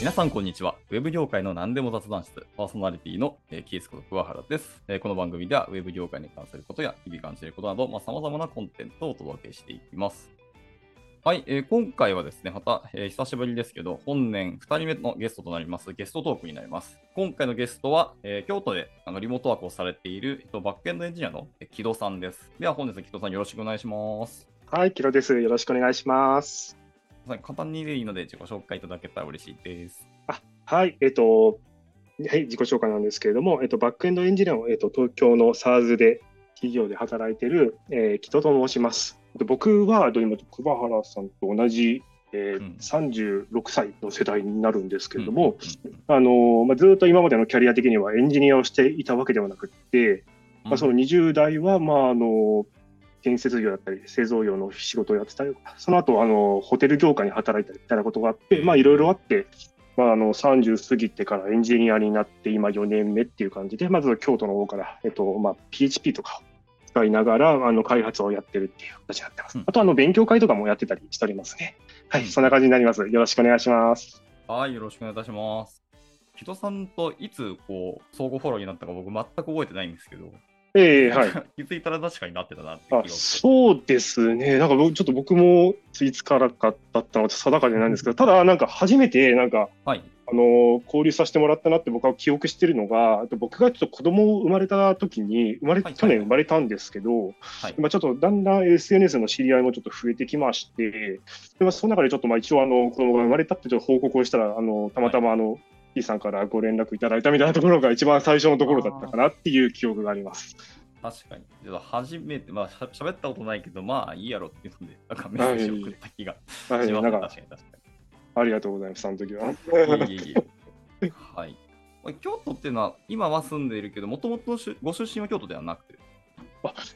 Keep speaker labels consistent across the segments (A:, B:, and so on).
A: 皆さんこんにちは。ウェブ業界の何でも雑談室、パーソナリティの、えー、キースこと桑原です、えーこの番組ではウェブ業界に関することや日々感じることなど、まあ、様々なコンテンツをお届けしていきます。はい、えー今回はですね、また、えー久しぶりですけど、本年2人目のゲストとなります、ゲストトークになります。今回のゲストは、えー京都であのリモートワークをされている、えっと、バックエンドエンジニアのえー木戸さんです。では本日、木戸さんよろしくお願いします。
B: はい、キロです。よろしくお願いします。
A: 簡単にでいいので自己紹介いただけたら嬉しいです。
B: はい、えっと、はい、自己紹介なんですけれども、えっと、バックエンドエンジニアを、えっと、東京の SARS で企業で働いている、えー、木戸と申します。えっと僕は、えっと今、桑原さんと同じ、え
A: う
B: ー
A: ん
B: 36歳の世代になるんですけれども、
A: うん、
B: あのーまあ、ずっと今までのキャリア的にはエンジニアをしていたわけではなくって、まあ、その20代は、まあ、あの建設業だったり製造業の仕事をやってたりその後あのホテル業界に働いたりみたいなことがあって、まあ、いろいろあって、まあ、あの30過ぎてからエンジニアになって今4年目っていう感じでまず京都の方から、えっとまあ、PHP とかを使いながらあの開発をやってるっていう形になってます、
A: うん
B: あとあの勉強会とかもやってたりしておりますねはい、そんな感じになりますよろしくお願いします
A: はい、よろしくお願いいたします。木戸さんといつこう相互フォローになったか僕全く覚えてないんですけど、
B: ええはい。
A: 気づいたら確かになってたなって気が
B: あそうですね、なんか僕ちょっと僕もいつからかだったので定かじゃないんですけど、ただ、なんか初めてなんか、
A: はい。
B: あのー交流させてもらったなって僕は記憶してるのが、あと僕がちょっと子供を生まれた時に生ま
A: は
B: れ、
A: いはい
B: 去年生まれたんですけど、
A: はい。
B: まあ、ちょっとだんだん SNS の知り合いもちょっと増えてきまして、でまあ、その中でちょっとまあ一応あの、子供が生まれたってちょっと報告をしたら、あのたまたまあの、T さんからご連絡いただいたみたいなところが一番最初のところだったかなっていう記憶があります。
A: 確かに。ちょっと初めて、まあしゃ喋ったことないけど、まあいいやろっていうので、なんかメッセージを送った気がし
B: は
A: ま
B: い、
A: す。
B: なん
A: 確
B: か
A: かに確かに。
B: ありがとうございます、その 時は。
A: いえいえいえはい。京都っていうのは、今は住んでいるけど、もともとご出身は京都ではなくて。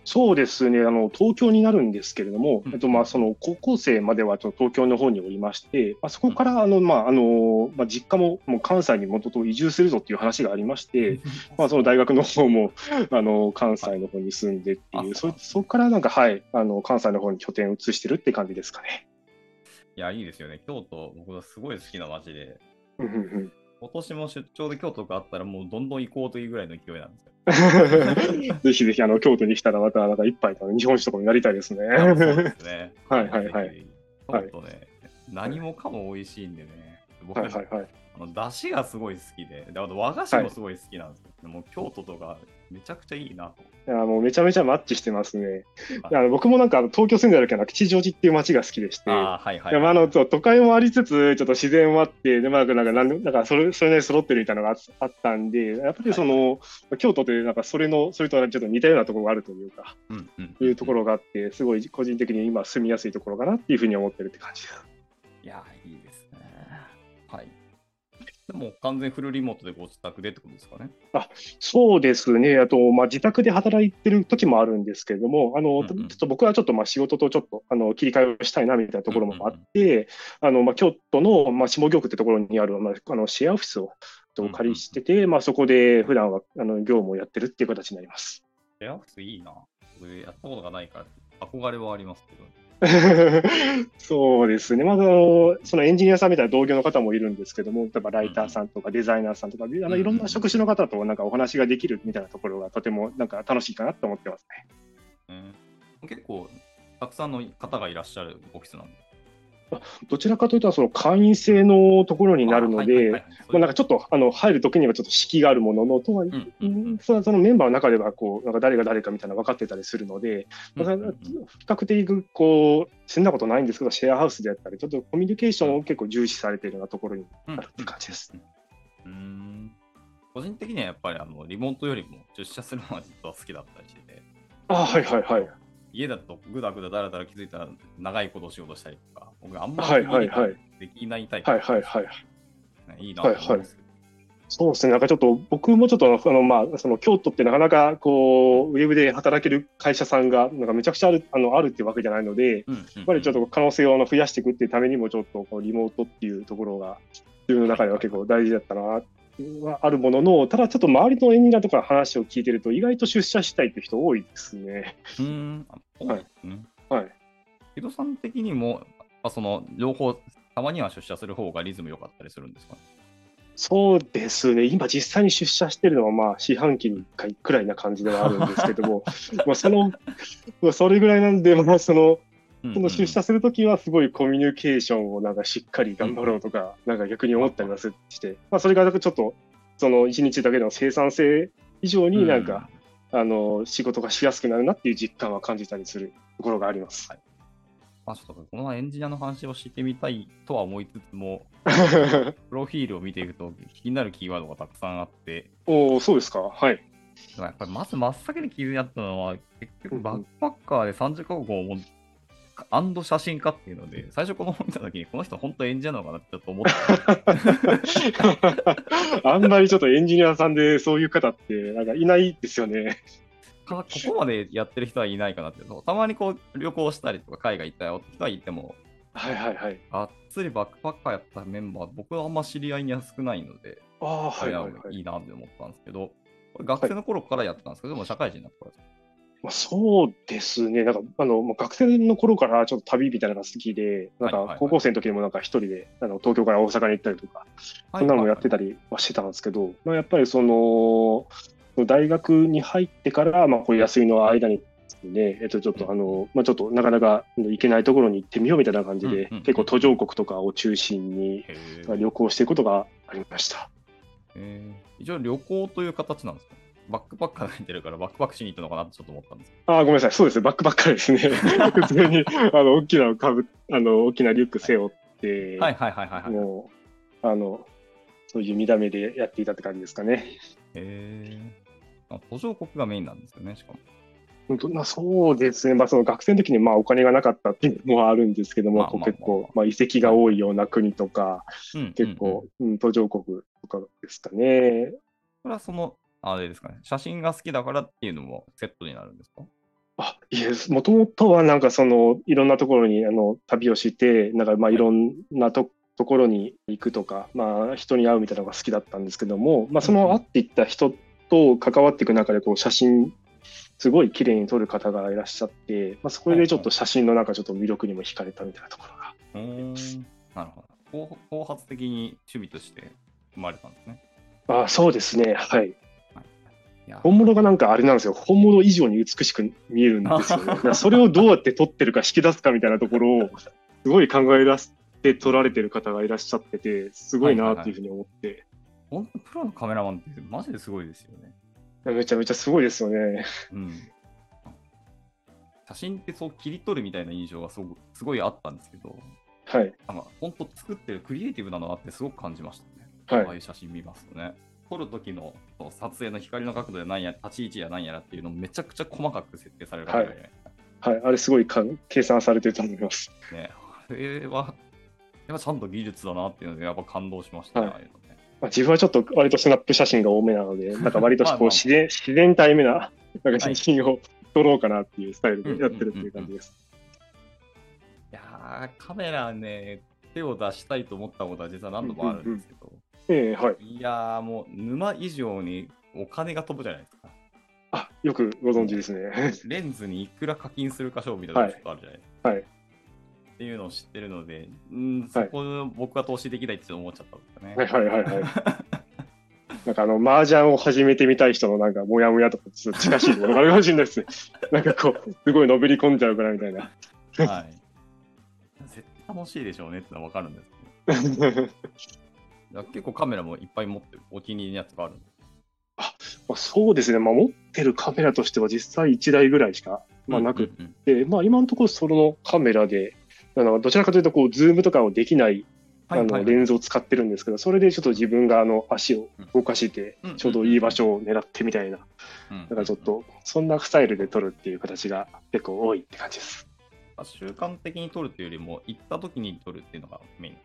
B: そうですねあの、東京になるんですけれども、
A: うん
B: えっとまあ、その高校生まではちょっと東京の方におりまして、まあ、そこからあの、まああのまあ、実家ももう関西に元々移住するぞっていう話がありまして、まあ、その大学の方も あの関西の方に住んでって
A: はい
B: い
A: あ
B: う、そ
A: そう
B: そこからなんか、はい、あの関西の方に拠点を移してるって感じですかね。
A: いや、いいですよね。京都、僕はすごい好きな街で、
B: うんうんうん
A: 今年も出張で京都があったら、もうどんどん行こうというぐらいの勢いなんですよ。
B: ぜひぜひあの京都に来たらまたなんか一杯の日本酒とかになりたいですね。
A: いやそうですね
B: はいはいはい
A: ぜひぜひ京都ね、何もかも美味しいんでね。僕、
B: はいはいはい。
A: あの出汁がすごい好きで、であと和菓子もすごい好きなんですけど、もう京都とかめちゃくちゃいいなと。
B: いやもうめちゃめちゃマッチしてますね。
A: はい
B: いや僕もなんかあの東京住んでるけど吉祥寺っていう街が好きでして、
A: ああ、はいはい
B: いやまああのそう都会もありつつ、ちょっと自然もあって、でまあ、なんかなんでなんかそれそれなりに揃ってるみたいなのがああったんで、やっぱりその、京都ってなんかそれの、それとはちょっと似たようなところがあるというか、
A: うんうん
B: いうところがあって、すごい個人的に今、住みやすいところかなっていうふうに思ってるって感じです。
A: いや、いいですね。はい。でも完全フルリモートでご自宅でってことですかね。
B: そうですね、あと、まあ、自宅で働いてる時もあるんですけれども、あの
A: うんうん
B: ちょっと僕はちょっとまあ仕事とちょっとあの切り替えをしたいなみたいなところもあって、あのまあ京都のまあ下京区ってところにある、まあ、あのシェアオフィスを
A: うん
B: と
A: うん
B: 借りしてて、まあ、そこで普段はあの業務をやってるっていう形になります。
A: エアフスいいな。僕やったことがないから、憧れはありますけど。
B: そうですね、まあ、あのそのエンジニアさんみたいな同業の方もいるんですけども、例えばライターさんとかデザイナーさんとか、あ
A: うんう
B: の
A: ん
B: いろんな職種の方となんかお話ができるみたいなところがとてもなんか楽しいかなと思ってますね。
A: うん結構、たくさんの方がいらっしゃるオフィスなんで。
B: どちらかというと、その会員制のところになる
A: あ
B: の
A: はいは
B: で、まあなんかちょっとあの入るときにはちょっと敷居があるものの、とはいえ
A: い
B: うんそのそのメンバーの中ではこう、なんか誰が誰かみたいなの分かってたりするので、まあ比較的こう、そんなことないんですけど、シェアハウスであったり、ちょっとコミュニケーションを結構重視されているようなところに
A: うん
B: あるって感じです。
A: うん個人的にはやっぱりあのリモートよりも出社するのが実は好きだったりしてて、
B: あはいはいはい。
A: 家だとぐだぐだだらだら気づいたら長いこと仕事したりとか、僕あんま
B: は
A: り
B: いはいはい
A: できないタイプ
B: はい
A: なんです
B: は
A: よ
B: いはい。
A: ねいいなと思いますけど。
B: そうですね、なんかちょっと僕もちょっとあの、まあ、その京都ってなかなかこうウェブで働ける会社さんがなんかめちゃくちゃあるあのあるってわけじゃないので、
A: うんうん
B: やっぱりちょっと可能性をあの増やしていくっていうためにも、ちょっとこうリモートっていうところが、自分の中では結構大事だったなっていうのはあるものの、ただちょっと周りのエンジニアとかの話を聞いてると、意外と出社したいって人多いですね。
A: うーん、あそうですね。
B: はい。
A: 木戸さん的にも、まあ、その両方たまには出社する方がリズム良かったりするんですかね。
B: そうですね、今、実際に出社してるのは、まあ、四半期に1回くらいな感じではあるんですけども、 まあその、まあ、それぐらいなんで、まあ、その、
A: うんう
B: そ
A: んう
B: の
A: ん
B: 出社するときは、すごいコミュニケーションをなんかしっかり頑張ろうとか、なんか逆に思ったりはすして、まあ、それがなんかちょっと、その1日だけの生産性以上になんか、あの仕事がしやすくなるなっていう実感は感じたりするところがあり ます。
A: はいまあ、ちょっとこのエンジニアの話をしてみたいとは思いつつも、プロフィールを見ていくと気になるキーワードがたくさんあって、
B: おお、そうですか。はい。
A: でもやっぱりまず真っ先に気になったのは、結局バックパッカーで30カ国をもアンド写真家っていうので、最初この本見たときに、この人本当エンジニアなのかなってちょっと思った。
B: あんまりちょっとエンジニアさんでそういう方ってなんかいないですよね。
A: ここまでやってる人はいないかなって。そうたまにこう旅行したりとか海外行ったよって人はいても、
B: はいはいはい。
A: がっつりバックパッカーやったメンバー、僕はあんま知り合いには少ないので、
B: ああ、
A: そ
B: は
A: れ
B: い
A: な
B: は
A: の
B: い、
A: が
B: はい
A: いいなって思ったんですけど、これ学生の頃からやってたんですけど、でも社会人になったから。
B: まあ、そうですね。なんか、あの、まあ、学生の頃からちょっと旅みたいなのが好きで、な
A: は
B: ん
A: いはいは
B: か
A: い
B: 高校生の時でもなんか一人で、あの東京から大阪に行ったりとか、そんなのもやってたりはしてたんですけど、まあ、やっぱりその、大学に入ってから、まあ、こういう休みの間にですね、えっと、ちょっとあの、まあ、ちょっとなかなか行けないところに行ってみようみたいな感じ
A: うんう
B: で
A: んうん、
B: 結構途上国とかを中心に
A: へー
B: まあ旅行していくことがありました。
A: えー一応旅行という形なんですかバックパッカーが入ってるからバックパックしに行ったのかなってちょっと思ったんですけ
B: あーごめんなさい、そうですね、バックパッカ ーですね。普通に、あの、大きなのかぶ、あの、大きなリュック背負って、
A: ど。はいはいはいはい、はい。
B: もう、あの、そういう見た目でやっていたって感じですかね。
A: えー、あ途上国がメインなんですよね、しかも。
B: 本当まあ、そうですね、まあ、その学生の時にまあお金がなかったっていうのはあるんですけども、
A: まあ
B: こう
A: まあ
B: 結構、まあ、遺跡が多いような国とか、
A: うん
B: 結
A: うんうん
B: 構、うん途上国とかですかね。
A: それはその、あれですかね、写真が好きだからっていうのもセットになるんですか
B: あいえ、もともとはなんかそのいろんなところにあの旅をして、なんかまあいろんなとところに行くとか、まあ、人に会うみたいなのが好きだったんですけども、まあ、そ
A: うんう
B: の
A: ん
B: 会っていった人と関わっていく中でこう写真、すごい綺麗に撮る方がいらっしゃって、まあ、そこでちょっと写真のなんかちょっと魅力にも惹かれたみたいなところが。
A: うーん。なるほど後。後発的に趣味として生まれたんですね。
B: あそうですね、はい。
A: いや
B: 本物がなんかあれなんですよ、本物以上に美しく見えるんですよ ね。だからそれをどうやって撮ってるか引き出すかみたいなところを、すごい考え出して撮られてる方がいらっしゃってて、すごいなっていうふうに思って、
A: 本当プロのカメラマンってマジですごいですよね。
B: めちゃめちゃすごいですよね。
A: うん。写真ってそう切り取るみたいな印象がすごくすごいあったんですけど、
B: はい、
A: なんか本当作ってるクリエイティブなのだなってすごく感じましたね。ああ
B: はい
A: いう写真見ますとね。撮る時のその撮影の光の角度やなんや立ち位置やなんやらっていうのもめちゃくちゃ細かく設定されるわけじゃないですか。
B: はい、あれすごいか計算されてると思います。
A: ね、あれは、やっぱちゃんと技術だなっていうので、やっぱ感動しましたね。
B: は
A: あ
B: い
A: あいうのね
B: まあ、自分はちょっと割とスナップ写真が多めなの で、なんか割と
A: まあまあ
B: こう自然自然体めななんか写真を撮ろうかなっていうスタイルでやってるっていう感じです。
A: いやーカメラね、手を出したいと思ったことは実は何度もあるんですけど、
B: ええはい。
A: いやーもう沼以上にお金が飛ぶじゃないですか。
B: あよくご存知ですね。
A: レンズにいくら課金するか勝負みたいなのがちょっとあるじゃないですか。
B: はいはい
A: っていうのを知ってるので、うん、そこ、僕は投資できないって思っちゃったんですよね。
B: はいはいはいはい。なんかあの、麻雀を始めてみたい人のなんか、もやもやとか、ちょっと近しいものがあるかもしれな いですね。なんかこう、すごいのびり込んじゃうからみたいな。
A: はい。絶対楽しいでしょうねってのは分かるんですけどいや。結構カメラもいっぱい持ってる、お気に入りのやつがあるんで
B: まあそうですね、まあ、持ってるカメラとしては実際1台ぐらいしか、まあ、なくっ
A: うんうん
B: て、まあ今のところそのカメラで、あのどちらかというとこう、ズームとかをできない
A: はいはい
B: あ
A: は
B: の
A: い
B: レンズを使ってるんですけど、それでちょっと自分があの足を動かして
A: うん、
B: ちょうどいい場所を狙ってみたいな、
A: うん
B: だからちょっと、そんなスタイルで撮るっていう形が結構多いって感じです。
A: あ習慣的に撮るというよりも、行った時に撮るっていうのがメイン。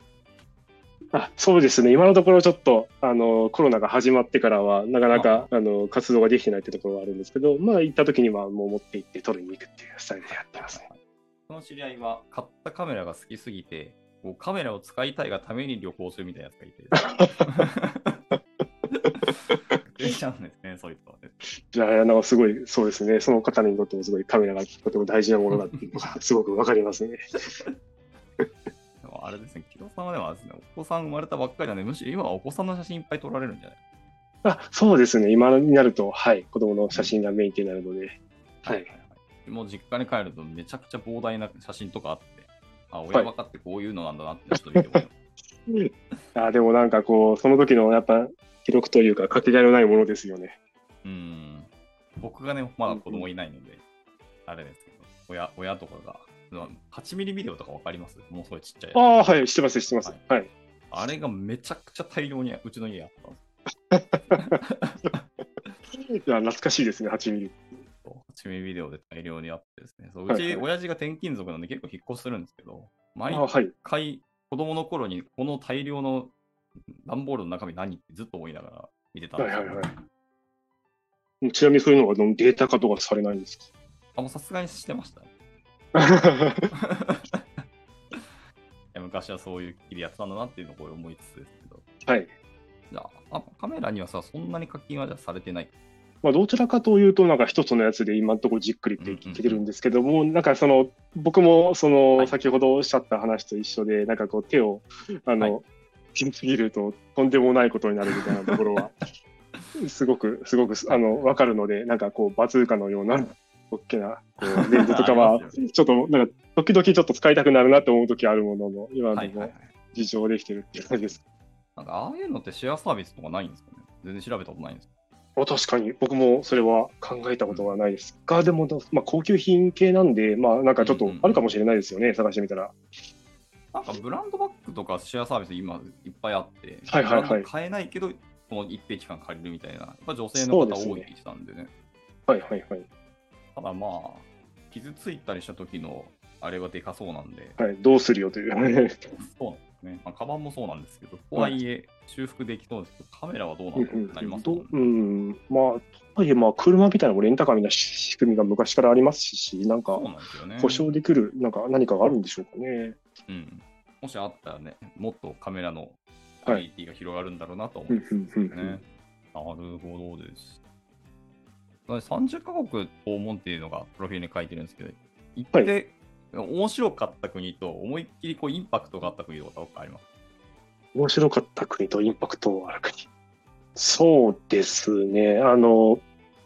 B: あそうですね、今のところちょっとあのコロナが始まってからは、なかなかあの活動ができてないってところはあるんですけど、まあ、行った時にはもう持って行って取りに行くっていうスタイルでやってますね。
A: その知り合いは、買ったカメラが好きすぎて、こうカメラを使いたいがために旅行するみたいなやつがいて。出ちゃうんですね、そういう人はね。
B: じゃあ、なんかすごい、そうですね、その方にとってもすごいカメラが とても大事なものだっていうのが、すごくわかりますね。
A: でもあれですね、昨田さんはでもあれですね、お子さん生まれたばっかりなんで、むしろ今はお子さんの写真いっぱい撮られるんじゃない
B: あそうですね、今になると、はい、子供の写真がメインになるので、はい、
A: い。もう実家に帰るとめちゃくちゃ膨大な写真とかあって、あ、親バカってこういうのなんだなってちょっと見てもらう
B: あでもなんかこう、その時のやっぱ記録というか、かけがえのないものですよね。
A: うん。僕がね、まだ子供いないので、あれですけど、親親とかが、8ミリビデオとかわかりますもうそれちっちゃいやつ
B: ああ、はい、してます、してます。はい。
A: あれがめちゃくちゃ大量にうちの家あったんです
B: いや懐かしいですね、8ミリ。
A: よ。8ミリビデオで大量にあってですね。そう
B: は
A: う
B: いはい
A: ち、親父が転勤族なんで結構引っ越しするんですけど、
B: あ
A: 毎
B: ーはい。
A: 回子供の頃にこの大量の段ボールの中身何ってずっと思いながら見てたんですよ。
B: はいはいはちなみにそういうのはあのデータ化とかされないんですか
A: あ、もうさすがにしてました。い や昔はそういうきりやってたんだなっていうのをこれ思いつつですけど。
B: はい。
A: じゃあ、あカメラにはさ、そんなに課金はじゃあされてない。
B: まあ、どちらかというと、なんか一つのやつで今のところじっくりって聞けてるんですけども、なんかその、僕もそ
A: は
B: の、
A: い
B: 先ほどおっしゃった話と一緒で、なんかこう手を、あ
A: は
B: の、切りすぎるととんでもないことになるみたいなとこ ろは、すごく、すごく、あの、わかるので、なんかこう、バズーカのような、大きな、こう、レンズと か
A: あ
B: は
A: ります、
B: ちょっと、なんか、時々ちょっと使いたくなるなって思う時あるものの、今
A: はい
B: で
A: はいは
B: も
A: い。
B: 事情できてるっていう感じです。
A: なんかああいうのってシェアサービスとかないんですかね全然調べたことないんです
B: あ確かに、僕もそれは考えたことはないですが、でも、まあ、高級品系なんで、まあ、なんかちょっとあるかもしれないですよね、探してみたら。
A: なんかブランドバッグとかシェアサービス今いっぱいあって、
B: はいはいはい
A: ブランド買えないけど、この一定期間借りるみたいな、やっぱ女性の方
B: そうですね
A: 多いってたんでね。
B: はいはいはい。
A: ただまあ、傷ついたりした時のあれはでかそうなんで、
B: はい、どうするよという。
A: そうなんですね。まあ、カバンもそうなんですけど、とはいえ修復できそうですけど、カメラはどうなんだろうってなりますもんね
B: うんうん、まあ、とはいえ、まあ、車みたいなのもレンタカーみたいな仕組みが昔からありますし、なんか
A: そう、なんですよね。
B: 保証できる、なんか何かがあるんでしょうかね。
A: うん。もしあったらね、もっとカメラのクオ
B: はい
A: リティが広がるんだろうなと思
B: う
A: うんんです
B: うんうん
A: よ
B: う
A: ね。
B: ん
A: なるほどです。30カ国訪問っていうのがプロフィールに書いてるんですけど、行って、面白かった国と思いっきりこうインパクトがあった国とかどっかあります。
B: 面白かった国とインパクトのある国。そうですね。あの、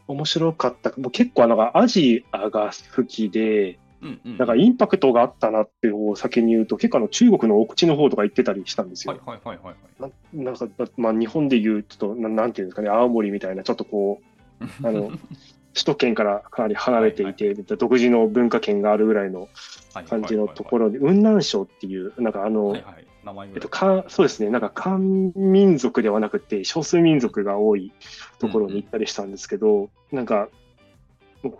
B: 面白かった。もう結構なんかアジアが好きで、
A: うんうん。
B: なんかインパクトがあったなっていう方を先に言うと、結構あの中国の奥地の方とか行ってたりしたんですよ。
A: はいはいはいはい
B: ななんか、まあ、日本で言う、ちょっとな、なんていうんですかね、青森みたいな、ちょっとこう、
A: はい。
B: あの首都圏からかなり離れていて、
A: は
B: 独自の文化圏があるぐらいの感じのところで、雲南省っていう、なんかあの、
A: はいはい。名前
B: えっ
A: ぐら
B: と、
A: い。
B: かそうですね、なんか漢民族ではなくて、少数民族が多いところに行ったりしたんですけど、なんか、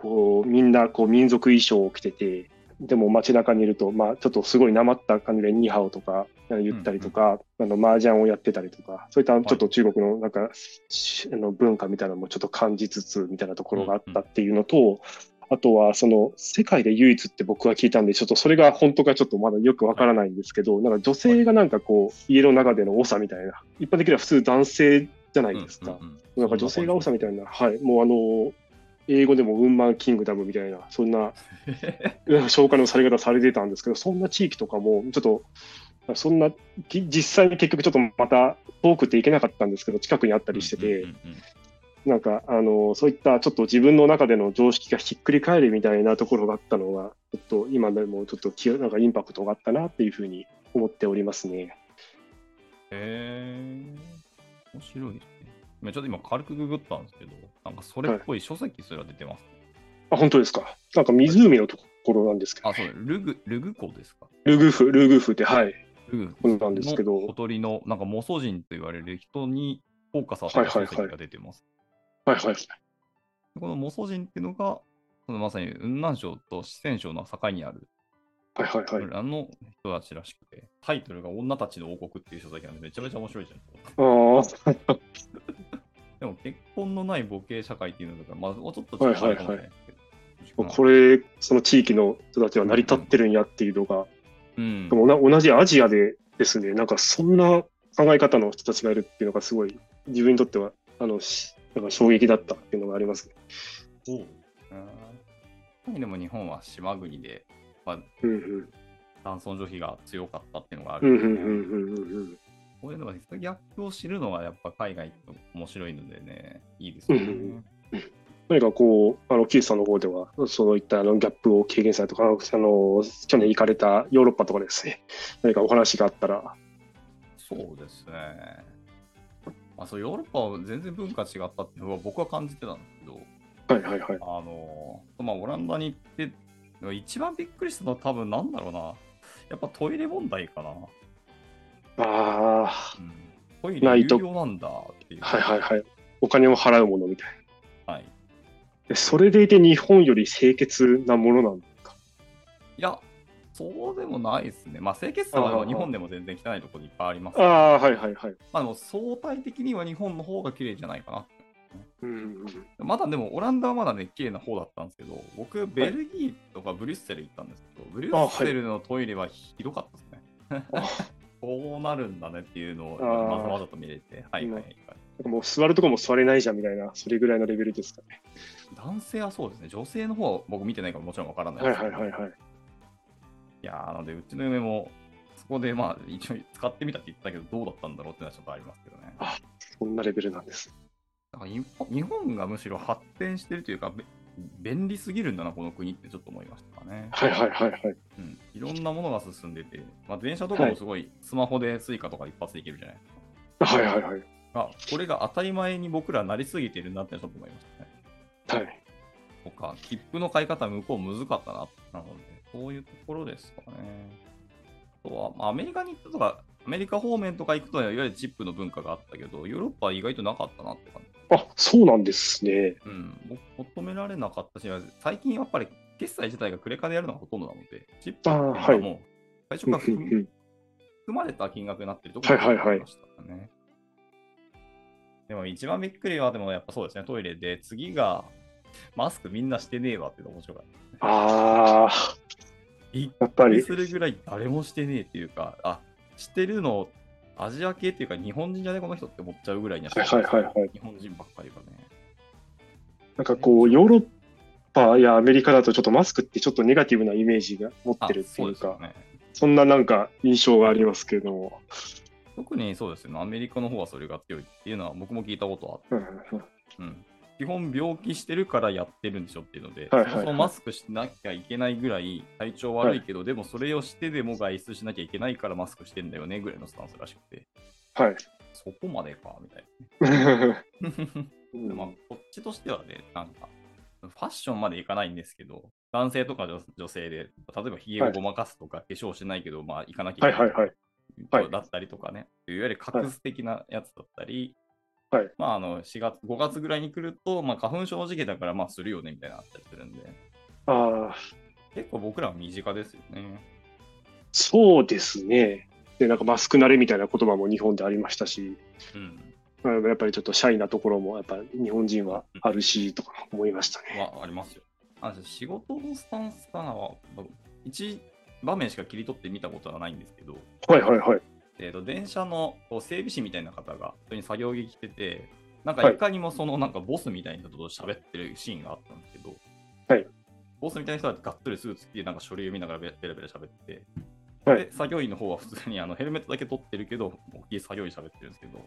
B: こうみんなこう民族衣装を着てて、でも街中にいると、まあ、ちょっとすごいなまった感じで、ニーハオとかあの言ったりとか、あの麻雀をやってたりとか、そういった
A: い
B: ちょっと中国のなんか、しあの文化みたいなのもちょっと感じつつみたいなところがあったっていうのと、あとは、その、世界で唯一って僕は聞いたんで、ちょっとそれが本当かちょっとまだよくわからないんですけど、なんか女性がなんかこう、家の中での多さみたいな、一般的には普通男性じゃないですか。
A: うんうんう
B: なんか女性が多さみ
A: い
B: たいな、はい、もうあの、英語でもウンマンキングダムみたいな、そんな
A: な。
B: うん紹介のされ方されてたんですけど、そんな地域とかも、ちょっと、そんな、き実際に結局ちょっとまた遠くて行けなかったんですけど、近くにあったりしてて、
A: うんうんうんうん
B: なんか、あの、そういったちょっと自分の中での常識がひっくり返るみたいなところがあったのが、ちょっと今でもちょっと気を、なんかインパクトがあったなっていうふうに思っておりますね。
A: へー面白いですね。今ちょっと今軽くググったんですけど、なんかそれっぽい書籍すら出てます。
B: あ、本当ですか。なんか湖のところなんですけど、
A: あ、そうだ、ルグ、ルグ湖ですか
B: ルグフ、ルグフって、はい。
A: ルグ
B: そうなんですけど
A: の小鳥の、なんかモソ人と言われる人にフォーカス当てた書籍が出てます。
B: はいはいはい。
A: このモソ人っていうのが、そのまさに雲南省と四川省の境にある、
B: はいはいはい。
A: あの人たちらしくて、タイトルが女たちの王国っていう書籍なんで、めちゃめちゃ面白いじゃん。
B: ああ、
A: でも結婚のない母系社会っていうのとか、まあ、もうちょっと違うかもしれないですけど。
B: これ、その地域の人たちは成り立ってるんやっていうのが、
A: うん
B: でもな同じアジアでですね、なんかそんな考え方の人たちがいるっていうのがすごい、自分にとっては、あの、しなんか衝撃だったっていうのがありますね。
A: そうですね。でも日本は島国で、まあ、
B: うんうん。
A: 男尊女卑が強かったっていうのがあ
B: う
A: る。
B: んうんうんうんうんうん。
A: こういうのが、ギャップを知るのはやっぱ海外って面白いのでね、いいですよね。
B: うん何かこう、あの、キースさんの方では、そういったあのギャップを軽減されたとか、あの、去年行かれたヨーロッパとかですね、何かお話があったら、
A: そうですね。あそうヨーロッパは全然文化違ったっていうのは僕は感じてたんですけど、
B: はいはいはい。
A: あのまあ、オランダに行って、一番びっくりしたのは多分なんだろうな、やっぱトイレ問題かな。
B: ああ、
A: うん、トイ
B: な
A: レ
B: いと
A: 有料なんだっていう。
B: はいはいはい。お金を払うものみたいな。
A: はい
B: でそれでいて日本より清潔なものなんか。
A: いや、そうでもないですね。まあ、清潔さ
B: あ
A: は
B: あ
A: 日本でも全然汚いところいっぱいありますけ
B: あ
A: ど。
B: あ、はいはいはい。
A: まあ、でも相対的には日本の方が綺麗じゃないか
B: うんうんうん。
A: な。まだでも、オランダはまだね、綺麗な方だったんですけど、僕、ベルギーとかブリュッセル行ったんですけど、ブリュッセルのトイレはひどかったですね。
B: あ
A: こうなるんだねっていうのを、
B: ああ
A: まざわざと見れて、はいはいはい。
B: なんかもう座るとこも座れないじゃんみたいな、それぐらいのレベルですかね。
A: 男性はそうですね、女性の方は僕見てないからもちろんわからない
B: はい
A: ですけ
B: はい
A: ど
B: はいはい。
A: いやーなので、うちの嫁も、そこでまあ、一応使ってみたって言ったけど、どうだったんだろうっていうのはちょっとありますけどね。
B: あそんなレベルなんです。
A: なんか日本日本がむしろ発展してるというか、べ便利すぎるんだな、この国ってちょっと思いましたかね。
B: はいはいはいはい。
A: うん、いろんなものが進んでて、まあ、電車とかもすごい、スマホでスイカとか一発でいけるじゃないですか。
B: はいはいはい。
A: あこれが当たり前に僕らなりすぎてるなってちょっと思いましたね。
B: はい。
A: とか、切符の買い方、向こう難かったな。なので、そういうところですかね。あとは、まあ、アメリカに行ったとか、アメリカ方面とか行くと、いわゆるチップの文化があったけど、ヨーロッパは意外となかったなって感じ。
B: あ、そうなんですね。
A: うん、僕求められなかったし、最近やっぱり決済自体がクレカでやるのがほとんどなので、チップ
B: あー
A: っていうの
B: は
A: もう最初
B: うん
A: か
B: う
A: ら
B: んう
A: 含
B: ん
A: まれた金額になってるところが
B: はいはいはい
A: ありましたからね。でも一番びっくりは、でもやっぱそうですね、トイレで、次がマスクみんなしてねえわっていうの面白かった。
B: ああ、
A: びっ
B: やっぱ
A: くり
B: り。
A: するぐらい誰もしてねえっていうか、あ、してるのアジア系っていうか日本人じゃねこの人って思っちゃうぐらいにはしてます
B: はいはいはいはい
A: 日本人ばっかりがね。
B: なんかこう、ヨーロッパやアメリカだとちょっとマスクってちょっとネガティブなイメージが持ってるって
A: そ
B: いうう
A: ですよ
B: か、
A: ね。
B: そんななんか印象がありますけれども。
A: 特にそうですよね、アメリカの方はそれが強いっていうのは僕も聞いたことはあって、
B: うんうんうん
A: うん、基本病気してるからやってるんでしょっていうので、
B: はいはいはい
A: そもそもマスクしなきゃいけないぐらい体調悪いけど、でもそれをしてでも外出しなきゃいけないからマスクしてんだよねぐらいのスタンスらしくて、
B: はい。
A: そこまでかみたい な。
B: うん
A: まあ、こっちとしてはね、なんか、ファッションまでいかないんですけど、男性とか女女性で、例えばひげをごまかすとか、化粧しないけど、まあ、いかなきゃ
B: はいい
A: け
B: は
A: ないい
B: はい。はい
A: だったりとかね、いわゆる隠す的なやつだったり、
B: はい
A: まあ、あの4月5月ぐらいに来ると、まあ、花粉症の時期だから、まあ、するよねみたいなのあったりするんで、
B: ああ、
A: 結構僕らは身近ですよね。
B: そうですね。で、なんかマスク慣れみたいな言葉も日本でありましたし、
A: うん。
B: まあやっぱりちょっとシャイなところもやっぱ日本人はあるし、とか思いましたね。
A: はありますよ。あ仕事のスタンスかなは、1場面しか切り取ってみたことはないんですけど、
B: はいはいはい。
A: えー、と電車のこう整備士みたいな方が本当に作業着着てて、なんか
B: はい
A: いかにもそのなんかボスみたいな人と喋ってるシーンがあったんですけど、
B: はい
A: ボスみたいな人はがっつりスーツ着て、なんか書類を見ながらベラベラベラ喋って、
B: はい
A: で作業員の方は普通にあのヘルメットだけ取ってるけど、大きい作業員喋ってるんですけど、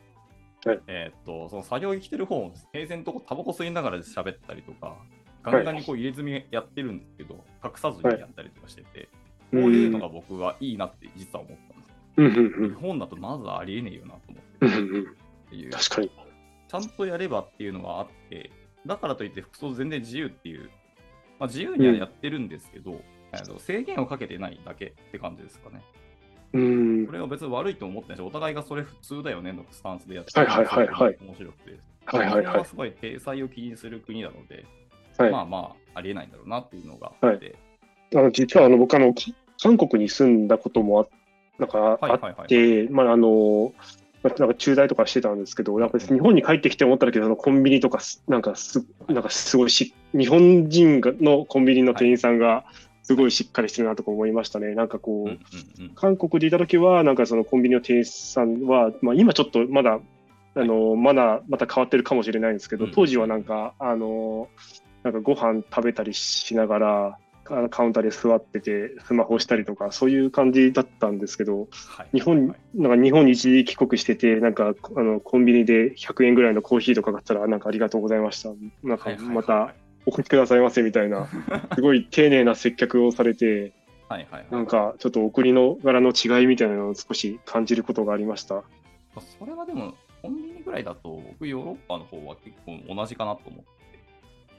B: はい
A: えー、とその作業着着てる方も平然とこうタバコ吸いながら喋ったりとか、ガンガンにこう入れ墨やってるんですけど、隠さずにやったりとかしてて、
B: うん
A: こういうのが僕はいいなって実は思ったんです。
B: うんうんう
A: 日
B: ん
A: 本だとまずありえねえよなと思って
B: う
A: る
B: んうん
A: っていう、ち
B: 確かに。
A: ゃんとやればっていうのがあって、だからといって服装全然自由っていう、まあ、自由にはやってるんですけど、えーと制限をかけてないだけって感じですかね。
B: うん
A: こ。れは別に悪いと思ってないし、お互いがそれ普通だよねのスタンスでやって
B: はいはいはいはい
A: 面白くて。
B: はいは
A: 日
B: い
A: 本
B: はい
A: は。すごい体裁を気にする国なので、
B: はい
A: まあまあありえないんだろうなっていうのがあって、
B: あの実はあの僕あの、か韓国に住んだこともあなんか
A: はい
B: あ
A: は
B: っ
A: いはい。
B: て、まああのまあなんか駐在とかしてたんですけど、やっぱり日本に帰ってきて思ったんだけど、あのコンビニとかす、なんかすなんかすごいし、日本人がのコンビニの店員さんが、すごいしっかりしてるなとか思いましたね。なんかこ
A: うん
B: う、
A: うんうん
B: 韓国でいた時は、なんかそのコンビニの店員さんは、まあ、今ちょっとまだ、あのマナー、また変わってるかもしれないんですけど、
A: うん
B: 当時はなんか、あのなんかご飯食べたりしながら、あのカウンターで座ってて、スマホしたりとか、そういう感じだったんですけど、
A: はい
B: 日本
A: はい、
B: なんか日本に一時帰国してて、なんかあのコンビニで100円ぐらいのコーヒーとか買ったら、なんかありがとうございました、なんか
A: はいはいはい
B: またお越しくださいませみたいな、すごい丁寧な接客をされて、
A: はいはいはい
B: なんかちょっとお国の柄の違いみたいなのを少し感じることがありました。
A: まあそれはでも、コンビニぐらいだと、僕、ヨーロッパの方は結構同じかなと思って、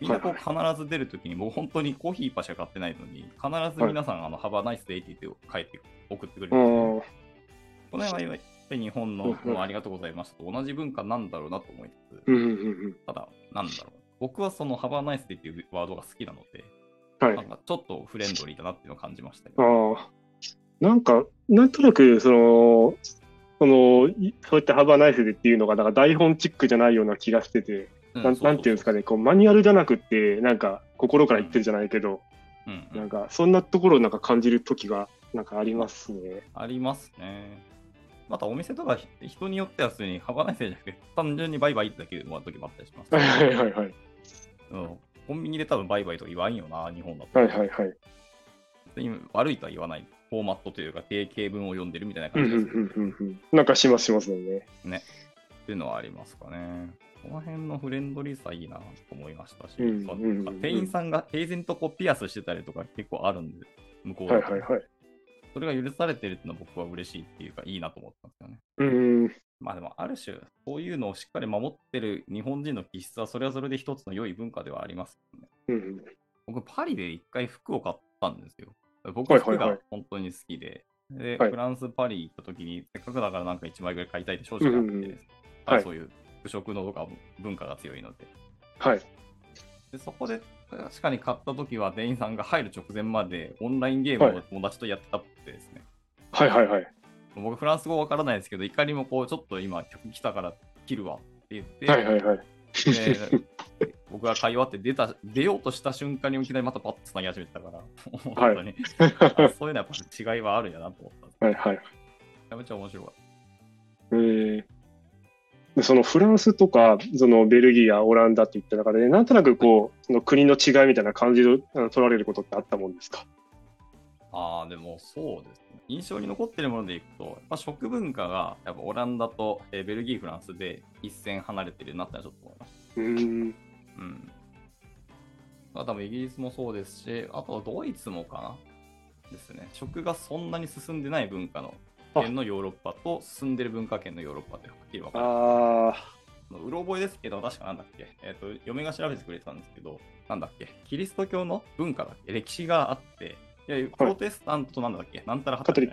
A: みんなこう必ず出るときに、僕、本当にコーヒー一杯しか買ってないのに、必ず皆さん、あの、ハバナイスデイって言って帰って送ってくれるん
B: う
A: ですよ
B: ん、
A: この辺はやっぱり日本
B: うん
A: の
B: うん
A: もうありがとうございますと同じ文化なんだろうなと思いつ
B: うん、うん、
A: つ、ただ、なんだろう。僕はそのハバナイスデイっていうワードが好きなので、
B: うん。はい
A: なん。かちょっとフレンドリーだなっていうのを感じましたけど。
B: ああ、なんか、なんとなく、その、その、いそういったハーバーナイフでっていうのが、なんか台本チックじゃないような気がしてて、
A: う
B: なんなんていうんですかね、。こう、マニュアルじゃなくって、なんか、心から言ってるじゃないけど、
A: そうそうそううんうん
B: なんか、そんなところをなんか感じる時が、なんかありますね。
A: ありますね。またお店とかひ人によっては普通に幅ないせいじゃなくて、単純にバイバイだけもらう時もあったりします。
B: はいはいはいはい。
A: うん、コンビニで多分バイバイとか言わんよな、日本だと。
B: はいはいはい。
A: 別に悪いとは言わない。フォーマットというか、定型文を読んでるみたいな
B: う
A: 感
B: んう
A: じ
B: ん
A: です
B: うんうんうん。なんかしますしますよね。
A: っていうのはありますかね。この辺のフレンドリーさいいなと思いましたし、
B: うん
A: その
B: うんうんうん
A: 店員さんが平然とこうピアスしてたりとか結構あるんで、向こう
B: はい
A: だと
B: はいはい。
A: それが許されてるっていうのは僕は嬉しいっていうか、いいなと思ったんですよね。
B: うん。
A: まあでも、ある種、そういうのをしっかり守ってる日本人の気質は、それはそれで一つの良い文化ではありますよね。
B: うん。
A: 僕、パリで一回服を買ったんですよ。僕は服
B: はいはいは
A: が
B: い
A: 本当に好きで、で、
B: はい
A: フランス、パリ行った時に、せっかくだからなんか一枚ぐらい買いたいって少々があって、
B: うんうんうん
A: あ
B: はい
A: そういう服飾のとか文化が強いので。
B: はい。
A: でそこで確かに買った時は店員さんが入る直前までオンラインゲームを友達とやってたってですね、
B: はいはいはい。
A: 僕フランス語わからないですけどいかにもこうちょっと今曲来たから切るわって言って、
B: はいはいはい。
A: で僕が会話って出た出ようとした瞬間にいきなりまたパッとつなぎ始めてたから、本当にあそういうのはやっぱ違いはあるんやなと思った。め
B: はいはい。
A: ちゃめちゃ面白かっ
B: えーでそのフランスとかそのベルギーやオランダっていった中で、なんとなくこうその国の違いみたいな感じであの取られることってあったもんですか。
A: た。ああ、でもそうですね。印象に残ってるものでいくと、やっぱ食文化がやっぱオランダとえーベルギー、フランスで一線離れてるなってのはちょっと思いました。
B: うーん
A: うん。まあ、多分イギリスもそうですし、あとはドイツもかなですね。食がそんなに進んでない文化の
B: あ
A: 圏のヨーロッパと進んでる文化圏のヨーロッパではっきり分かれて
B: あ
A: る。うろ覚えですけど、確かなんだっけ、えっと嫁が調べてくれてたんですけど、なんだっけ、キリスト教の文化だっけ、歴史があって、いやプロテスタントとなんだっけ、なんたら
B: ー
A: は
B: カ
A: た
B: ト
A: り
B: リ
A: じ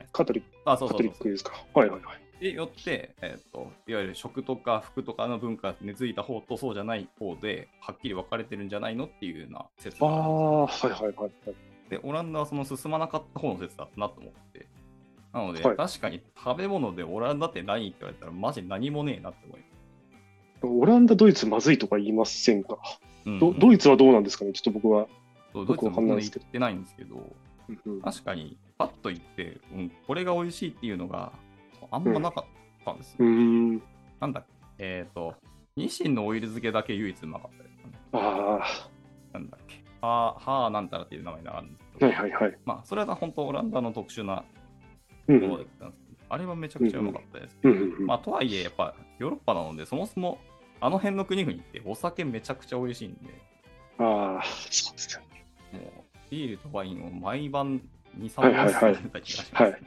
A: ゃない
B: ッ
A: ですか。あ、
B: クカトリック
A: そう
B: カ
A: そうそ
B: トリ
A: う
B: ッ
A: そう
B: クですか。はいはいはい。
A: でよって、えっと、いわゆる食とか服とかの文化が根付いた方とそうじゃない方で、はっきり分かれてるんじゃないのっていうような説
B: あ
A: があるんですよ
B: あはいはいはいはい。
A: で、オランダはその進まなかった方の説だったなと思って。なので、
B: はい
A: 確かに食べ物でオランダって何って言われたら、マジ何もねえなって思います。
B: オランダドイツまずいとか言いませんか。
A: うん
B: どドイツはどうなんですかね。ちょっと僕は。
A: そうド
B: よ
A: イ
B: く
A: ツ
B: わ
A: も
B: かんな
A: 僕
B: いで
A: 言
B: すけ
A: っ
B: ど
A: てないんですけど、
B: うん
A: 確かにパッと言って、うん、これが美味しいっていうのがあんまなかったんですよ。
B: うん。うーん
A: なんだっけ、えっ、と、ニシンのオイル漬けだけ唯一うまかったですかね。
B: あ
A: なんだっけ。はー、はーなんたらっていう名前があるんですけ
B: あ
A: ど、
B: はいはいはい。
A: まあ、それは本当オランダの特殊な
B: う
A: も
B: んう
A: のだ
B: ん
A: ったんですけど、あれはめちゃくちゃうまかったです。
B: うんうん
A: まあ、とはいえ、やっぱヨーロッパなので、そもそもあの辺の国々ってお酒めちゃくちゃ美味しいんで、
B: ああそうです
A: も
B: ね。
A: うビールとワインを毎晩2、
B: は
A: 3
B: いは
A: 本
B: いはい
A: 飲んでた気がします、
B: はい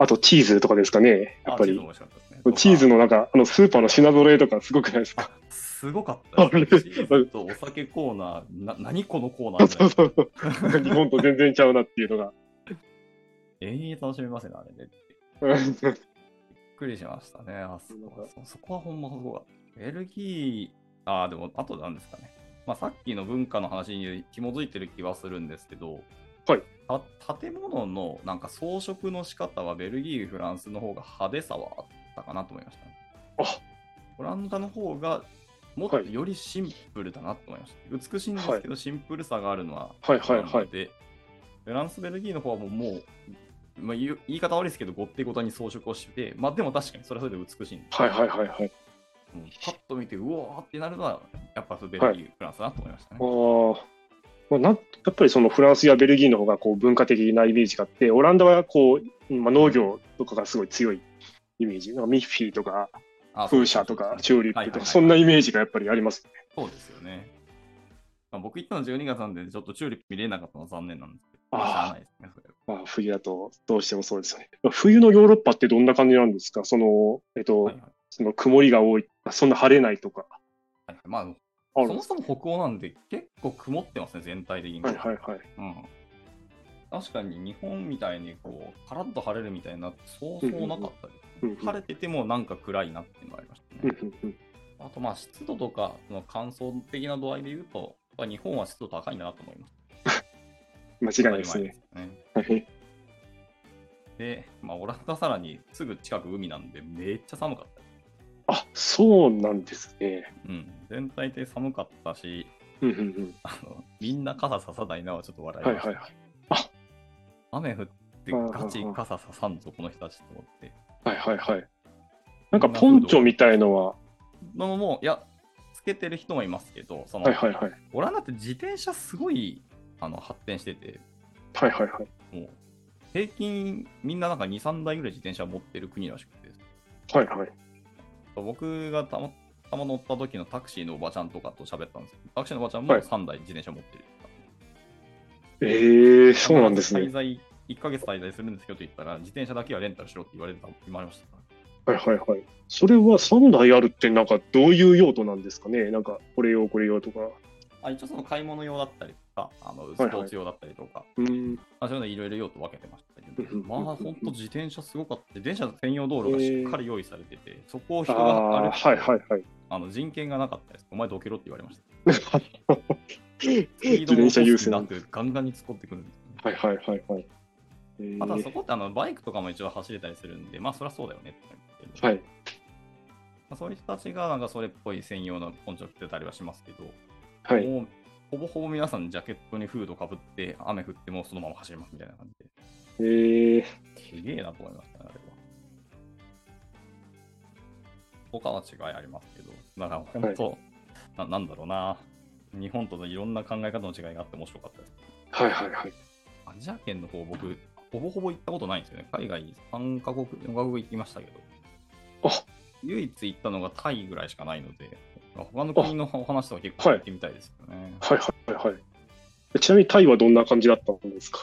B: あとチーズとかですかね。やっぱ
A: あチーズも
B: り
A: 美味しかったですね。
B: チー
A: と
B: ズ
A: か
B: のなんかあのスーパーの品揃えとかすごくないで すか。
A: すごかったですね。チーズとお酒コーナー、な何このコーナーみた
B: そ
A: いうな
B: そうそう。 日本と全然ちゃうなっていうのが。
A: 永遠に楽しめますね、あれね。
B: うん
A: びっくりしましたね。あそこはそそこはほんますごかった。ベルギー、ああ、でも、あとなんですかね。まあ、さっきの文化の話に紐づいてる気はするんですけど、
B: はい
A: た建物のなんか装飾の仕方はベルギー、フランスの方が派手さはあったかなと思いました、ね。
B: あ
A: オランダの方がもっと
B: はい
A: よりシンプルだなと思いました。美しいんですけど、シンプルさがあるのは
B: はいはいはい。
A: で、フランス、ベルギーの方はもう、もうまあ、言う言い方悪いですけど、ごってごたに装飾をして、まあでも確かにそれはそれで美しいんで、
B: はいはいはいはい。
A: もうパッと見て、うおーってなるのは、やっぱベルギー、フランスだなと思いました
B: あ
A: ね。
B: あ。まあ、なんやっぱりそのフランスやベルギーの方がこう文化的なイメージがあって、オランダはこう、まあ、農業とかがすごい強いイメージ、なんかミッフィーとか、
A: あ
B: 風車とか、チューリップとか、そ
A: そうんですね
B: なイメージがやっぱりありますね。
A: はいはいはいそうですよね。まあ、僕行ったの12月なんで、ちょっとチューリップ見れなかったのは残念なんですけど、
B: あー
A: ましゃないですね、それは
B: まあ、冬だとどうしてもそうですよね。まあ冬のヨーロッパってどんな感じなんですかその、えっと、
A: はいはいはい
B: その曇りが多い、あそんな晴れないとか。
A: はいまあ、
B: ある
A: そもそも北欧なんで結構曇ってますね、全体的に。
B: はいはいはい。
A: うん、確かに日本みたいにこうカラッと晴れるみたいなそうそうなかったり、
B: うんうんうんうん
A: 晴れててもなんか暗いなっていうのがありました
B: うん
A: ね、
B: うんうん
A: あとまあ湿度とかその乾燥的な度合いで言うとやっぱ日本は湿度高いなと思います
B: 間違いないですね。
A: 当たり前ですね
B: はい
A: で、まあ、オランダさらにすぐ近く海なんでめっちゃ寒かったで
B: あ、そうなんですね。
A: す、うん、全体的に寒かったし
B: うんうんうん。
A: あのみんな傘ささないなはちょっと笑い
B: は
A: ま
B: い
A: した、
B: はいはい。
A: 雨降ってガチ傘ささんぞこの人たちと思って
B: はいはいはい。なんかポンチョみたいのは、
A: のも、いや、つけてる人もいますけど、その、
B: はいはいはい。
A: オランダって自転車すごいあの発展してて、
B: はいはいはい。
A: もう、平均みんななんか2、3台ぐらい自転車持ってる国らしくて、
B: はいはい。
A: 僕がたまたま乗った時のタクシーのおばちゃんとかと喋ったんですけど、タクシーのおばちゃんも
B: はい
A: 3台自転車持ってる。
B: ええそうなんですね
A: 滞。在、1ヶ月滞在するんですけどと言ったら、自転車だけはレンタルしろって言われた、言われましたから。
B: はいはいはい。それは3台あるって、なんかどういう用途なんですかねなんかこれ用、これ用とか。
A: あ一応その買い物用だったりとか、あのス
B: いは
A: ポ
B: い
A: ーツ用だったりとか、
B: うん。
A: まあ、そういうのいろいろ用途分けてましたけど
B: うん、
A: まあ
B: うん
A: 本当自転車すごかった。自転車専用道路がしっかり用意されてて、そこを
B: あ
A: 人
B: あ
A: が歩
B: ー、
A: く
B: はいはいはい。
A: あの人権がなかったです。お前どけろって言われました。
B: 自
A: スピードも
B: 転車優
A: 落とす
B: 先
A: 気
B: な
A: なん
B: で
A: くガンガンに突っ込んでくるんですね、
B: はいはいはいはい。えー
A: あとはそこってあのバイクとかも一応走れたりするんで、まあそりゃそうだよねって言うんですけど、
B: はい。
A: まあ、そういう人たちがなんかそれっぽい専用のポンチョ着てたりはしますけど、
B: はい。
A: もうほぼほぼ皆さんジャケットにフードかぶって、雨降ってもそのまま走りますみたいな感じで、
B: えー、
A: すげえなと思いましたね、あれは。他は違いありますけど、だから本当、ななんだろうな、日本とのいろんな考え方の違いがあって面白かったです。
B: はいはいはい。
A: アジア圏の方、僕、ほぼほぼ行ったことないんですよね。海外3カ国、4カ国行きましたけど、
B: あ
A: 唯一行ったのがタイぐらいしかないので、他の国のお話とか結構
B: は
A: 聞
B: い
A: いてみたいですよね。
B: はいはいはいはい。ちなみにタイはどんな感じだったんですか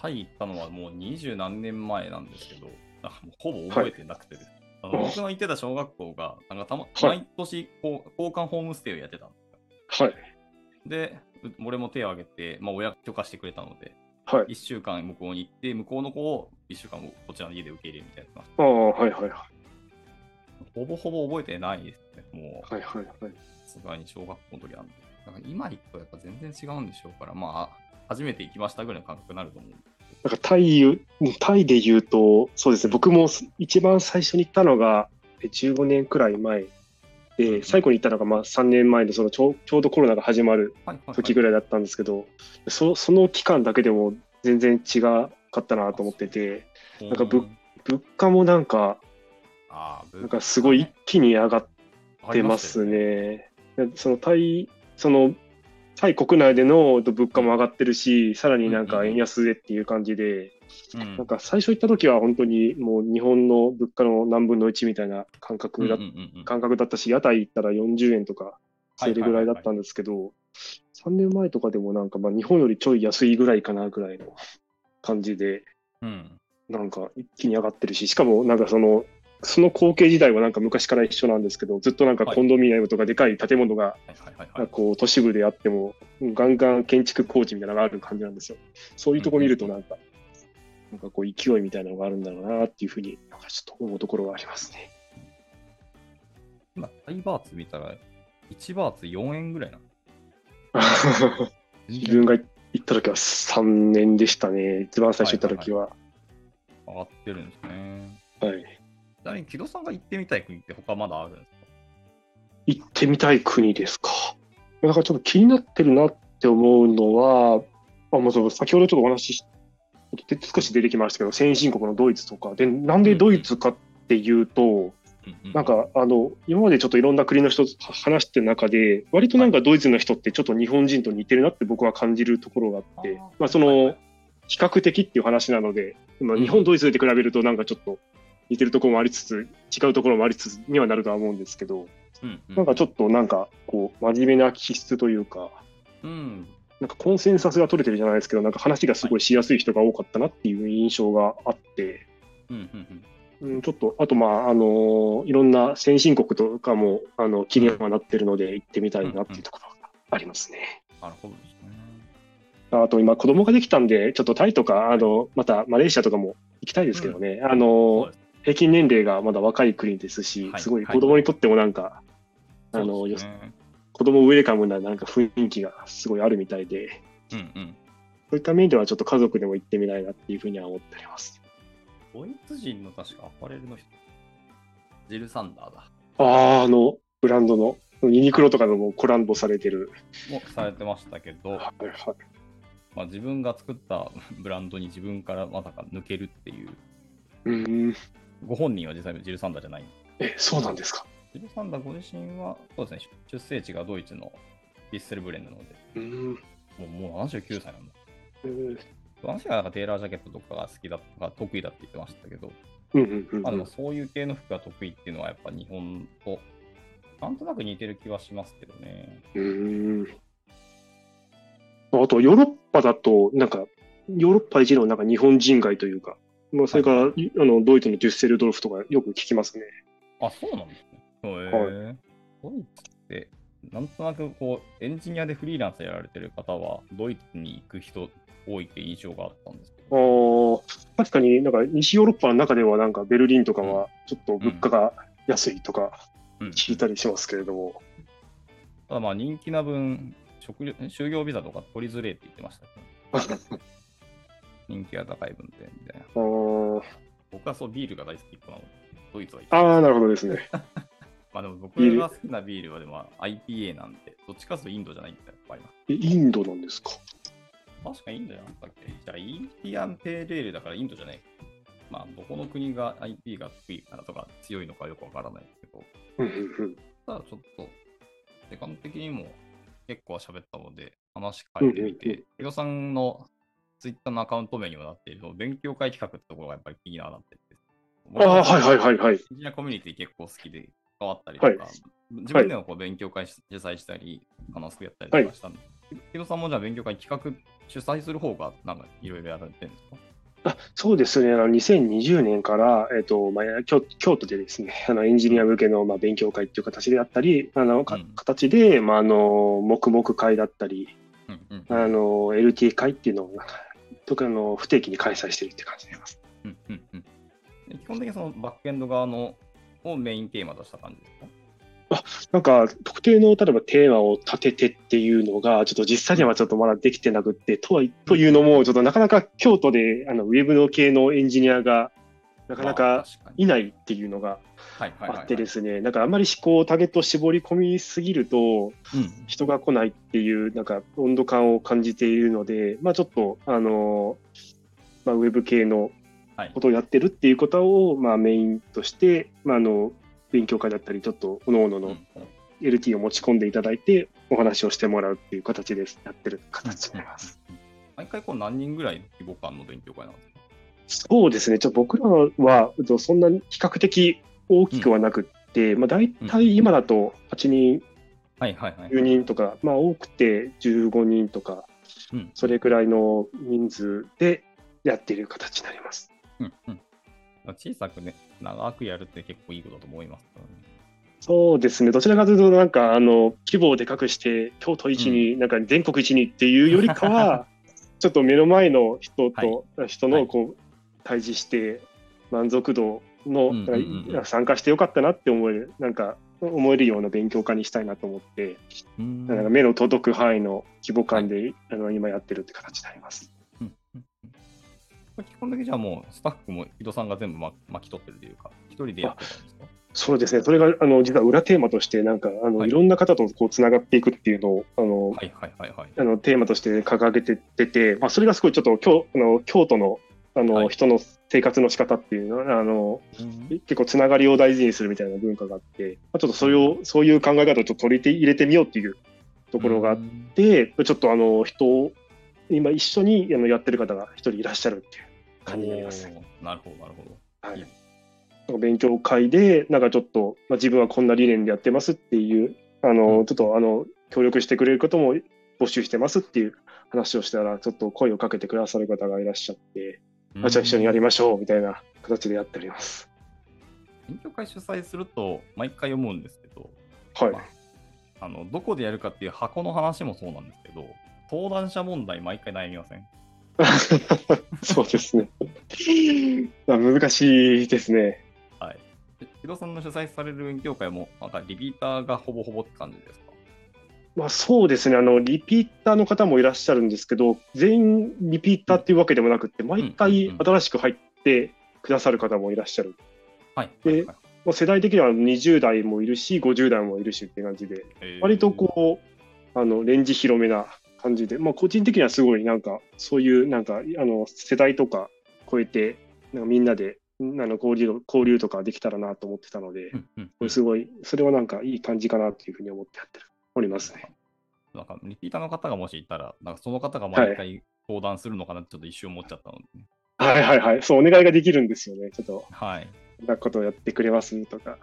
A: タイ行ったのはもう二十何年前なんですけど、なんかもうほぼ覚えてなくてです、あの
B: あ
A: 僕の行ってた小学校が、なんかたま、
B: い
A: 毎年こう交換ホームステイをやってたんですよ
B: はい。
A: で、う俺も手を挙げて、まあ、親が許可してくれたので、
B: はい。
A: 1週間向こうに行って、向こうの子を1週間こちらの家で受け入れるみたいな、
B: ああ、はいはいはい。
A: ほぼほぼ覚えてないですね、もう、
B: はいはいはい。
A: さすがに小学校の時なんで。なんか今行くとやっぱ全然違うんでしょうから、まあ、初めて行きましたぐらいの感覚になると思うんで
B: なんかタイ、タイで言うと、そうですね、僕も一番最初に行ったのがえ15年くらい前で、最後に行ったのがまあ3年前で、そのちょうちょうどコロナが始まる
A: はいはいはい
B: 時ぐらいだったんですけど、そその期間だけでも全然違かったなと思ってて、なんかぶ
A: うん
B: 物価もなんか、
A: あーぶ
B: なんかすごい一気に上がっ
A: あ
B: て
A: り
B: ます
A: よ
B: ね。でそのタイ、そのタイ国内での物価も上がってるし、さらになんか円安でっていう感じで、
A: うん
B: なんか最初行った時は本当にもう日本の物価の何分の1みたいな感覚だ,、
A: うんうんうんうん
B: 感覚だったし、屋台行ったら40円とか、それぐらいだったんですけど、3年前とかでもなんかまあ日本よりちょい安いぐらいかなぐらいの感じで、
A: うん
B: なんか一気に上がってるし、しかもなんかその、その光景自体はなんか昔から一緒なんですけど、ずっとなんかコンドミニアムとかでかい建物が
A: はいはいはい
B: な
A: は
B: ん
A: い
B: かこう都市部であっても、ガンガン建築工事みたいなのがある感じなんですよ。そういうとこ見ると、なんか、なんかこう勢いみたいなのがあるんだろうなっていうふうに、なんかちょっと思うところがあります ね。
A: 今、タイバーツ見たら、1バーツ4円ぐらいなの。
B: 自分が行った時は3年でしたね。一番最初行った時は。
A: 上がってるんですね。
B: はい。
A: ちなみに、木戸さんが行ってみたい国って他まだあるんですか
B: 行ってみたい国ですか。なんかちょっと気になってるなって思うのは、あもうそう先ほどちょっとお話しし少し出てきましたけど、先進国のドイツとか。で、なんでドイツかっていうと、
A: うん
B: なん、かあの今までちょっといろんな国の人と話してる中で割となんかドイツの人ってちょっと日本人と似てるなって僕は感じるところがあって
A: あー
B: まあ、そ
A: はいは
B: の
A: い
B: 比較的っていう話なので、まあ、
A: うん
B: 日本ドイツで比べるとなんかちょっと似てるところもありつつ違うところもありつつにはなるとは思うんですけど
A: うんうん
B: なんかちょっとなんかこう真面目な気質というか
A: うん、
B: なんかコンセンサスが取れてるじゃないですけどなんか話がすごいしやすい人が多かったなっていう印象があって。
A: うんうん
B: うん、ちょっと、あと、まあ、あのいろんな先進国とかも、あの、気にはなってるので、行ってみたいなっていうところがありますね。
A: なるほどですね。
B: あと、今、子供ができたんで、ちょっとタイとか、あの、また、マレーシアとかも行きたいですけどね。あ
A: そう
B: の
A: で、す
B: 平均年齢がまだ若い国ですし、
A: はい
B: すごい
A: は
B: 子
A: い
B: 供にとってもなんか、あの、
A: そうで
B: よ
A: すね
B: 子供ウェルカムななんか雰囲気がすごいあるみたいで、
A: うんうん。
B: そういった面ではちょっと家族でも行ってみたいなっていうふうには思っております。
A: ドイツ人の確かアパレルの人、ジルサンダーだ。
B: ああ、あの、ブランドの、ユニクロとかのもコランボされてる。
A: もされてましたけ ど、
B: はいはい
A: まあ、自分が作った ブランドに自分からまさか抜けるっていう、
B: うん
A: ご本人は実際ジルサンダーじゃない。
B: え、そうなんですか。
A: ジルサンダーご自身は、そうですね、出生地がドイツのビッセルブレンなので、
B: うん。
A: もうもう79歳なんだ。
B: うん
A: 私はなんかテーラージャケットとかが好きだとか得意だって言ってましたけど、
B: うんうん。
A: まあ、でもそういう系の服が得意っていうのはやっぱ日本となんとなく似てる気はしますけどね。
B: うん。あと、ヨーロッパだと、なんか、ヨーロッパ一のなんか日本人街というか、まあ、それから、いあの、ドイツのデュッセルドルフとかよく聞きますね。
A: あ、そうなんですね。へえドイツって、なんとなくこう、エンジニアでフリーランスやられてる方は、ドイツに行く人多いって印象があったんですけ
B: あ
A: ど。
B: ー確かになんか西ヨーロッパの中ではなんかベルリンとかはちょっと物価が安いとか
A: うん
B: 聞いたりしますけれども、
A: ただまあ人気な分、職業就業ビザとか取りづれって言ってましたけど、 人気が高い分で、みたいな。
B: あー
A: 僕はそうビールが大好きっ子なので、ドイツは行きたい
B: あー、なるほどですね。
A: まあでも僕
B: ビール
A: が好きなビールはでも IPA なんで、どっちかというとインドじゃないってやっぱります。
B: えインドなんですか。
A: 確かインドじゃなかったっけじゃあインディアンペーレールだからインドじゃない。まあどこの国が IP が得意かなとか強いのかよくわからないけど、
B: うんうんうん。
A: ただちょっと、時間的にも結構は喋ったので、話変えてみ
B: うんうん
A: て、ヒロさんのツイッターのアカウント名にもなっている、その勉強会企画ってところがやっぱり気になってて。
B: ああ、はいはいはいはい。
A: エンジニアコミュニティ結構好きで関わったりとか、
B: はい
A: 自分でもこう勉強会主催したり、あのスクやったりとかしたんで、ヒロさんもじゃあ勉強会企画主催する方がなんかいろいろやられてるんですか
B: あそうですね、あの2020年から、えっとまあ、京京都でですね あのエンジニア向けの、まあ、勉強会っていう形であったり、あのか
A: うん
B: 形で、まあ、あの黙々会だったり、
A: うんうん
B: あの LT 会っていうのをなんか、特にあの不定期に開催してるって感じでいます。
A: うんうんうんで基本的にそのバックエンド側のをメインテーマとした感じですか
B: なんか、特定の例えばテーマを立ててっていうのが、ちょっと実際にはちょっとまだできてなくって、とはいというのも、ちょっとなかなか京都であのウェブの系のエンジニアが、なかな
A: まあ
B: か
A: 確かに
B: いないっていうのが。
A: はいはいはい、
B: あ
A: は
B: っ
A: い
B: てですね、なんかあんまり思考をターゲットを絞り込みすぎると、
A: うん
B: 人が来ないっていう、なんか温度感を感じているので、まあ、ちょっと、あのまあ、ウェブ系の
A: はい
B: ことをやってるっていうことを、まあ、メインとして、まあ、あの勉強会だったり、ちょっと各々
A: うんう
B: の
A: ん
B: LT を持ち込んでいただいて、お話をしてもらうっていう形でやってる形になります。
A: 毎回こう何人ぐらいの規模感の勉強会なんですか
B: そうですね、ちょ僕らはえっとそんなに比較的大きくはなくって、まあ、大体今だと8人
A: はいはいはい。
B: 10人とか、まあ、多くて15人とか、
A: うん
B: それくらいの人数でやっている形になります。
A: うんうん小さくね、長くやるって結構いいことだと思いますからね。
B: そうですね、どちらかというと、なんかあの規模をでかくして、京都一に、なんか全国一にっていうより かは、ちょっと目の前の人と、人
A: は
B: の
A: い
B: こう対峙して、満足度の、
A: うんうんうん
B: なんか参加してよかったなって思える、なんか思えるような勉強会にしたいなと思って、
A: うん
B: なんか目の届く範囲の規模感で、あの今やってるって形になります。
A: うんうんうんこれ基本的にじゃあもうスタッフも木戸さんが全部、ま、巻き取ってるというか、一人でやってたんですか
B: そうですね、それがあの実は裏テーマとして、なんかあの、
A: はい
B: い、ろんな方とこうつながっていくっていうのをあの、
A: はいはいはいはい。
B: あのテーマとして掲げててて、まあ、それがすごいちょっと京あの京都のあの、
A: はい
B: 人の生活の仕方っていうのはあの
A: うん
B: 結構つながりを大事にするみたいな文化があって、まあ、ちょっとそれをそういう考え方をちょっと取り入れてみようっていうところがあっ
A: うん
B: て、ちょっとあの人を今一緒にあのやってる方が一人いらっしゃるっていう感じになります。
A: おーなるほど、なるほど。
B: はい
A: いい
B: なんか勉強会でなんかちょっと、まあ、自分はこんな理念でやってますっていうあの、
A: うん
B: ちょっとあの協力してくれることも募集してますっていう話をしたらちょっと声をかけてくださる方がいらっしゃって、あじゃあ一緒にやりましょうみたいな形でやっております。
A: 勉強会主催すると、毎回思うんですけど、
B: はい、
A: まああの、どこでやるかっていう箱の話もそうなんですけど、登壇者問題、毎回悩みません。
B: そうですね。まあ難しいですね。
A: はい。で木戸さんの主催される勉強会も、なんかリピーターがほぼほぼって感じですか
B: まあ、そうですねあの、リピーターの方もいらっしゃるんですけど、全員リピーターっていうわけでもなくって、毎
A: うん
B: 回
A: うんうん
B: 新しく入ってくださる方もいらっしゃる。
A: はい。
B: で
A: はいはい
B: まあ、世代的には20代もいるし、50代もいるしっていう感じで、
A: えー
B: 割とこう、あのレンジ広めな感じで、まあ、個人的にはすごいなんか、そういうなんか、あの世代とか超えて、なんかみんなでんあの交流交流とかできたらなと思ってたので
A: う、んうん
B: これすごい、それはなんかいい感じかなというふうに思ってやってるおりますね。
A: なんかリピーターの方がもしいたら、なんかその方が毎回登壇するのかなってちょっと一瞬思っちゃったので、ね。
B: はいはいはい、そう、お願いができるんですよね。ちょっと、
A: はい。
B: こんなことやってくれますとか。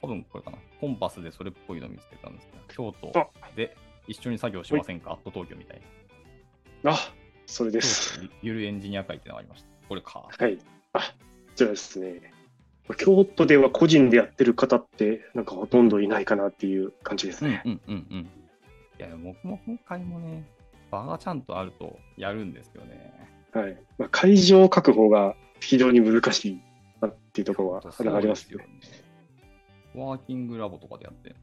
A: 多分これかな。コンパスでそれっぽいの見つけたんですけど、京
B: あ
A: 都で一緒に作業しませんかアット東京みたいな。
B: あ、それです。
A: 京都ゆるエンジニア会ってのがありました。これか。
B: はい。あ、じゃあですね。京都では個人でやってる方って、なんかほとんどいないかなっていう感じです
A: うん
B: ね。
A: うんうんうん。いや、僕も今回もね、場がちゃんとあるとやるんですよね。
B: はい。まあ、会場確保が非常に難しいなっていうところ
A: そうです
B: はありますよ
A: ね。。ワーキングラボとかでやってる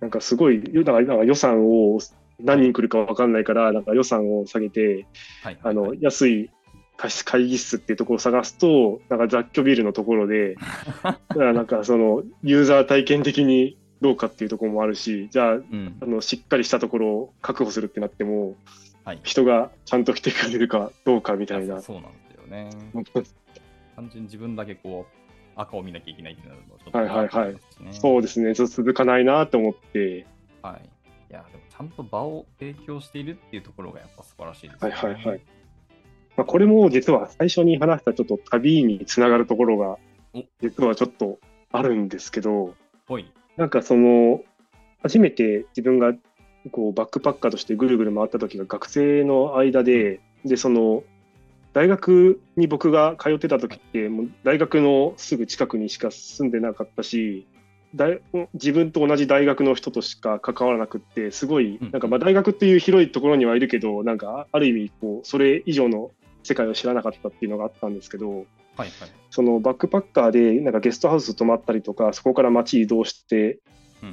B: なんかすごい、なんかなんか予算を何人来るかわかんないから、なんか予算を下げて、
A: はい。
B: あ
A: は
B: の、
A: い
B: 安い貸し会議室っていうところを探すと、なんか雑居ビルのとこ ろで、だからなんかその、ユーザー体験的にどうかっていうところもあるし、じゃあ、
A: うん
B: あ、のしっかりしたところを確保するってなっても、
A: はい
B: 人がちゃんと来てくれるかどうかみたい
A: いや
B: な。
A: そうなんですよね。単純に自分だけこう、赤を見なきゃいけないってなるのちょっと
B: はいはいはい
A: ね
B: そうですね、ちょっと続かないなと思って、
A: はい。いや、でもちゃんと場を提供しているっていうところがやっぱ素晴らしいです
B: は
A: よ
B: い
A: ね。
B: はいはい。まあ、これも実は最初に話したちょっと旅につながるところが
A: お、
B: 実はちょっとあるんですけど、
A: ほい。
B: なんかその、初めて自分がこうバックパッカーとしてぐるぐる回った時が学生の間で、で、その、大学に僕が通ってた時って、もう大学のすぐ近くにしか住んでなかったし、大自分と同じ大学の人としか関わらなくって、すごい
A: うん、
B: なんかまあ大学っていう広いところにはいるけど、なんかある意味こう、それ以上の世界を知らなかったっていうのがあったんですけど、
A: はいはい。
B: そのバックパッカーでなんかゲストハウス泊まったりとかそこから街移動して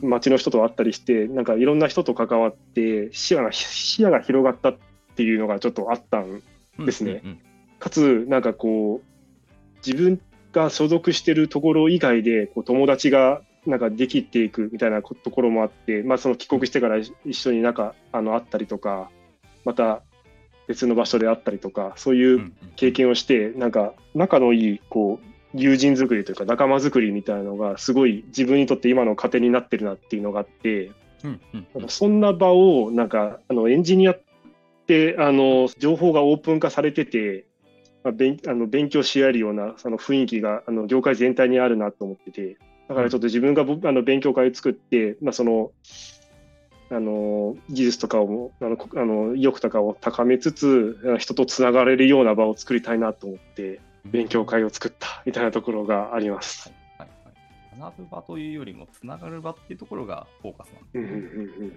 A: うん
B: 街の人と会ったりしてなんかいろんな人と関わって視野が視野が広がったっていうのがちょっとあったんですね
A: うんうん
B: かつなんかこう自分が所属してるところ以外でこう友達がなんかできていくみたいなこところもあって、まあ、その帰国してから一緒になんかあの会ったりとかまた別の場所で会ったりとかそういううん
A: うんうん
B: 経験をしてなんか仲のいいこう友人作りというか仲間作りみたいなのがすごい自分にとって今の糧になってるなっていうのがあって
A: うんうんう
B: なん
A: ん
B: かそんな場をなんかあのエンジニアってあの情報がオープン化されてて、まあ、勉あの勉強し合えるようなその雰囲気があの業界全体にあるなと思っててだからちょっと自分がぼあの勉強会を作って、まあ、そのあの技術とかをもあのこあの意欲とかを高めつつあの人とつながれるような場を作りたいなと思って勉強会を作ったみたいなところがあります。
A: はいはいはい学ぶ場というよりも、つながる場っていうところがフォーカスなんです
B: う
A: ね
B: んうんうん
A: うん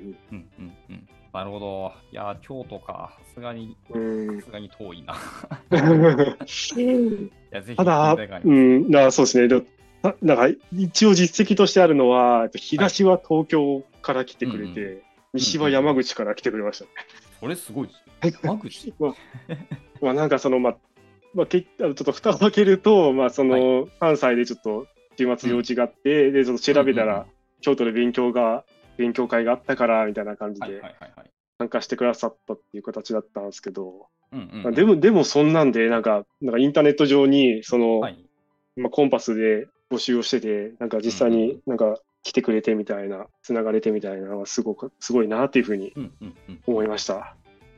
A: うんうん。なるほど。いやー、京都か。さすがに、
B: うんうん
A: さすがに遠いな。い
B: うん
A: や、ぜひ、
B: ただ、
A: 機会があり
B: う
A: ま
B: ん、なそうですね。でもたなんか一応実績としてあるのは、やっぱ東は東京から来てくれて、
A: は
B: 西は山口から来てくれましたね。
A: すそれすごいですね。山口。
B: まあなんかその、まあ、まあ、けあのちょっと蓋を開けると、まあ、その関西でちょっと週末用事があって、でちょっと調べたら、
A: うんうんうん
B: 京都で勉強が、勉強会があったからみたいな感じで、
A: はいはいはいはい。
B: 参加してくださったっていう形だったんですけど、
A: うんうん
B: ま
A: う
B: あ
A: ん
B: でも、でもそんなんで、なんか、なんかインターネット上に、その、
A: はい、
B: まあ、コンパスで募集をしてて、なんか実際
A: うんうん
B: になんか来てくれてみたいな、つながれてみたいなのはすごく、すごいなっていうふうに
A: うんうんうん、
B: 思いました。は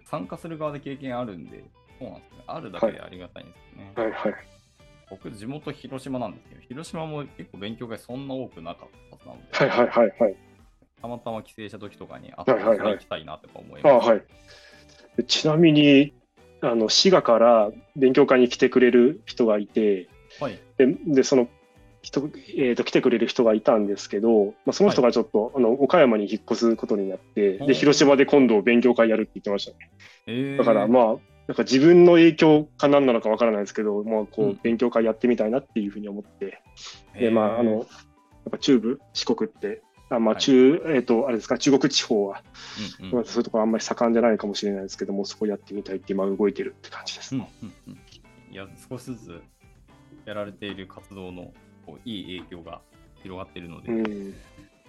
A: 参加する側で経験あるんで、そうなんですね。あるだけでありがたいんですよね。
B: いはい。
A: 僕、地元広島なんですけど、広島も結構勉強会そんな多くなかったはずなので、
B: はいはいはいはい。
A: たまたま帰省した時とかに、あった
B: はいはいはい
A: 行きたいなとか思い
B: あ
A: ます。
B: はい。でちなみに、あの、滋賀から勉強会に来てくれる人がいて、
A: はい。
B: で、でその人、えーと、来てくれる人がいたんですけど、まあ、その人がちょっと、あの、岡山に引っ越すことになって、
A: おう
B: で、広島で今度勉強会やるって言ってましたね。
A: えー、
B: だからまあ、なんか自分の影響か何なのかわからないですけど、まあ、こ
A: うん
B: う勉強会やってみたいなっていうふうに思って、でまあ、あのやっぱ中部、四国って、あまあ
A: はい
B: 中えっとあれですか中国地方は、
A: うんうん
B: まあ、そういうところあんまり盛んじゃないかもしれないですけども、そこやってみたいって今動いてるって感じです。
A: うんうんうんいや、少しずつやられている活動のこういい影響が広がっているので、
B: うん、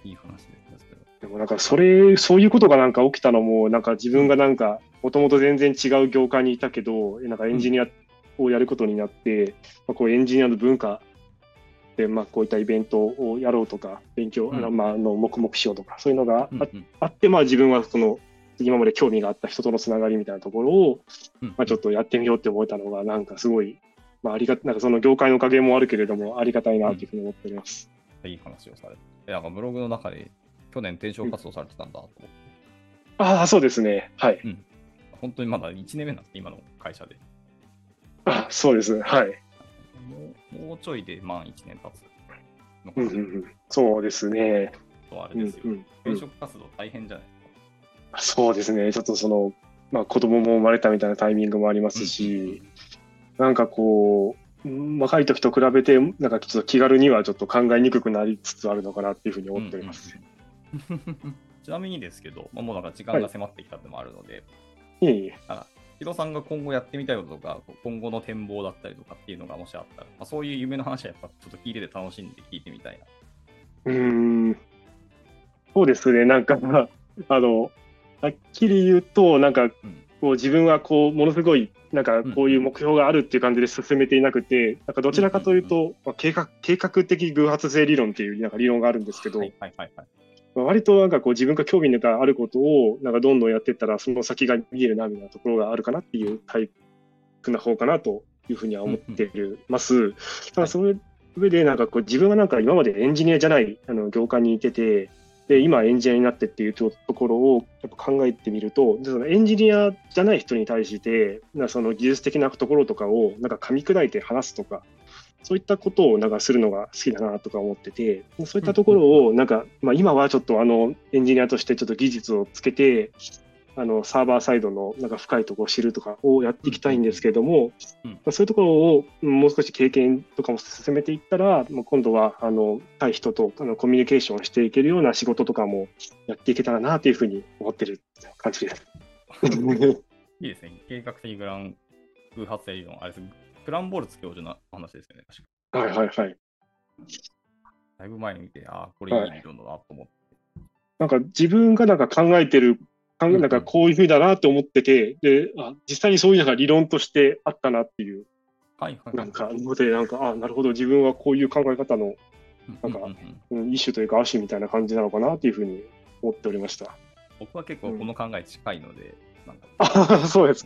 A: いい話ですけど。
B: でもなんかそれ、そういうことがなんか起きたのも、なんか自分がなんか、もともと全然違う業界にいたけど、なんかエンジニアをやることになって、まあ、こうエンジニアの文化で、まあ、こういったイベントをやろうとか、勉強、
A: うん
B: あのまあ、あの黙々しようとか、そういうのがあ,、
A: うんうん
B: あって、まあ、自分はその今まで興味があった人とのつながりみたいなところを、
A: うん
B: まあ、ちょっとやってみようって思えたのが、なんかすごい、まあ、ありがなんかその業界のおかげもあるけれども、ありがたいなというふうに思っております。
A: いい話をされて。いやなんかブログの中で去年転職活動されてたんだと思って、
B: ああ、そうですね。はい。
A: 本当にまだ1年目なんですね、今の会社で。
B: あそうです。はい。
A: もうもうちょいで満1年経つのか
B: うん
A: な
B: うんうんそうですね。
A: とあ
B: う
A: れ
B: ん
A: ですよ。
B: うん
A: 転職活動大変じゃない
B: そうですね。ちょっとその、まあ、子供も生まれたみたいなタイミングもありま
A: ですすか。
B: し、なんかこう、うん若い時と比べて、なんかちょっと気軽にはちょっと考えにくくなりつつあるのかなっていうふうに思っております。
A: うんうん うんちなみにですけど、まあ、もうなんか時間が迫ってきたってのもあるので、
B: いえいえ。
A: ヒロさんが今後やってみたいこととか、今後の展望だったりとかっていうのがもしあったら、まあ、そういう夢の話はやっぱちょっと聞いてて楽しんで聞いてみたいな。
B: うーん。そうですね。なんか、まああの、はっきり言うと、なんか
A: うん
B: こう自分はこうものすごいなんかこういう目標があるっていう感じで進めていなくて、なんかどちらかという
A: う
B: と、まあ計画計画的偶発性理論っていうなんか理論があるんですけど、
A: はいはいはいはい。
B: まあ割となんかこう自分が興味があることをなんかどんどんやってったらその先が見えるなみたいなところがあるかなっていうタイプな方かなというふうには思ってます。ただその上でなんかこう自分はなんか今までエンジニアじゃないあの業界にいててで今エンジニアになってっていうとところをやっぱ考えてみるとでそのエンジニアじゃない人に対してなその技術的なところとかをなんか噛み砕いて話すとかそういったことをなんかするのが好きだなとか思ってて、そういったところをなんか、まあ、今はちょっとあのエンジニアとしてちょっと技術をつけて、あのサーバーサイドのなんか深いところを知るとかをやっていきたいんですけれども、
A: うん
B: まあそういうところをうんもう少し経験とかも進めていったら、まあ、今度はあの対人とあのコミュニケーションをしていけるような仕事とかもやっていけたらなというふうに思ってる感じ です。
A: いいですね。計画的グラン偶発性理論。あれです。クランボルツ教授の話ですよね。確か
B: はいはいはい。
A: だいぶ前に見て、ああ、これいい理論だなと思って。
B: なんか自分がなんか考えてる、考えなんかこういうふうだなと思ってて、であ実際にそういうのが理論としてあったなっていう、
A: はいはいはい。
B: なんか、ので、なんか、あなるほど、自分はこういう考え方の
A: う
B: なんん
A: か
B: かうん一種というか、足みたいな感じなのかなというふうに思っておりました。
A: 僕は結構この考え近いので、なんか
B: あ そうです。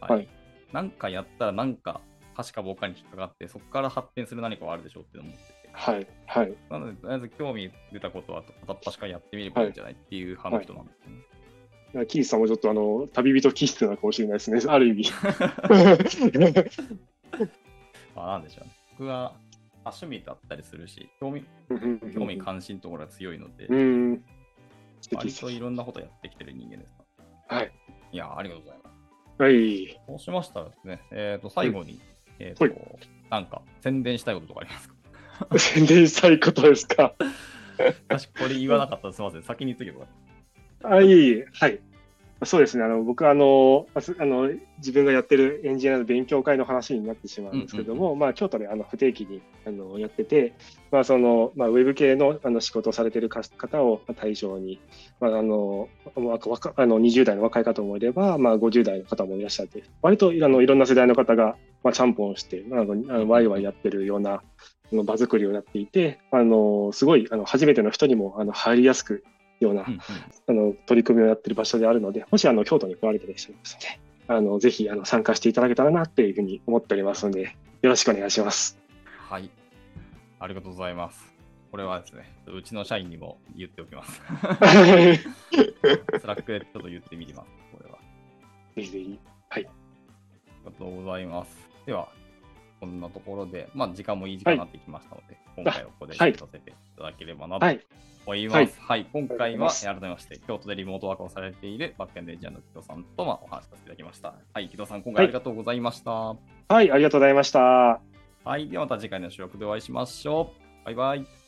A: はい。
B: はい
A: なんかやったらなんか、確か僕に引っかかって、そこから発展する何かはあるでしょうって思ってて。
B: はい、はい、
A: なので、とりあえず興味出たことは、確かにやってみればいいんじゃないっていう派の人なんですね。
B: キースさんもちょっとあの旅人気質なのかもしれないです ね、ある意味。
A: まあ、なんでしょうね。僕は、まあ趣味だったりするし、興味、興味関心のところが強いので、
B: うん。素敵で
A: 割
B: す
A: といろんなことやってきてる人間です。
B: はい。
A: いやー、ありがとうございます。
B: はい。
A: そうしましたらですね、えっ、と、最後に、えっ、
B: は
A: と、なんか、宣伝したいこととかありますか
B: 宣伝したい ことですか。
A: 私、これ言わなかったらすみません。先に言っとけばよかっ
B: あ、いえいえはい。そうですね、あの僕あのあすあの、自分がやってるエンジニアの勉強会の話になってしまうんですけども、まあ、京都であの不定期にあのやってて、まあそのまあ、ウェブ系のあの仕事をされてるか方をまあ対象に、まあ、あのわかわかあの20代の若い方もいれば、まあ、50代の方もいらっしゃって、割とあのいろんな世代の方が、まあ、ちゃんぽんして、あのあのワイワイやってるようなあの場作りをやっていて、あのすごいあの初めての人にもあの入りやすくような
A: うんうん
B: あの取り組みをやってる場所であるので、もしあの京都に来られていらっしゃいますので、あのぜひあの参加していただけたらなっていうふうに思っておりますので、よろしくお願いします。
A: はい。ありがとうございます。これはですね、うちの社員にも言っておき ます。
B: ぜ
A: スラックでちょっと言ってみてます。これは。
B: ひぜひ。
A: ありがとうございます。では、こんなところで、まあ、時間もいい時間になってきましたので、今回はここで
B: はい
A: 締めさせていただければなと
B: はい、
A: 思います。はい、今
B: あ
A: 回
B: りがとうございま
A: は
B: す
A: 改めまして、京都でリモートワークをされているバックエンドエンジニアの木戸さんと、まあ、お話しさせていただきました。はい、木戸さん、今回ありがとうございました。はい、
B: はい、ありがとうございました。
A: ではまた次回の収録でお会いしましょう。バイバイ。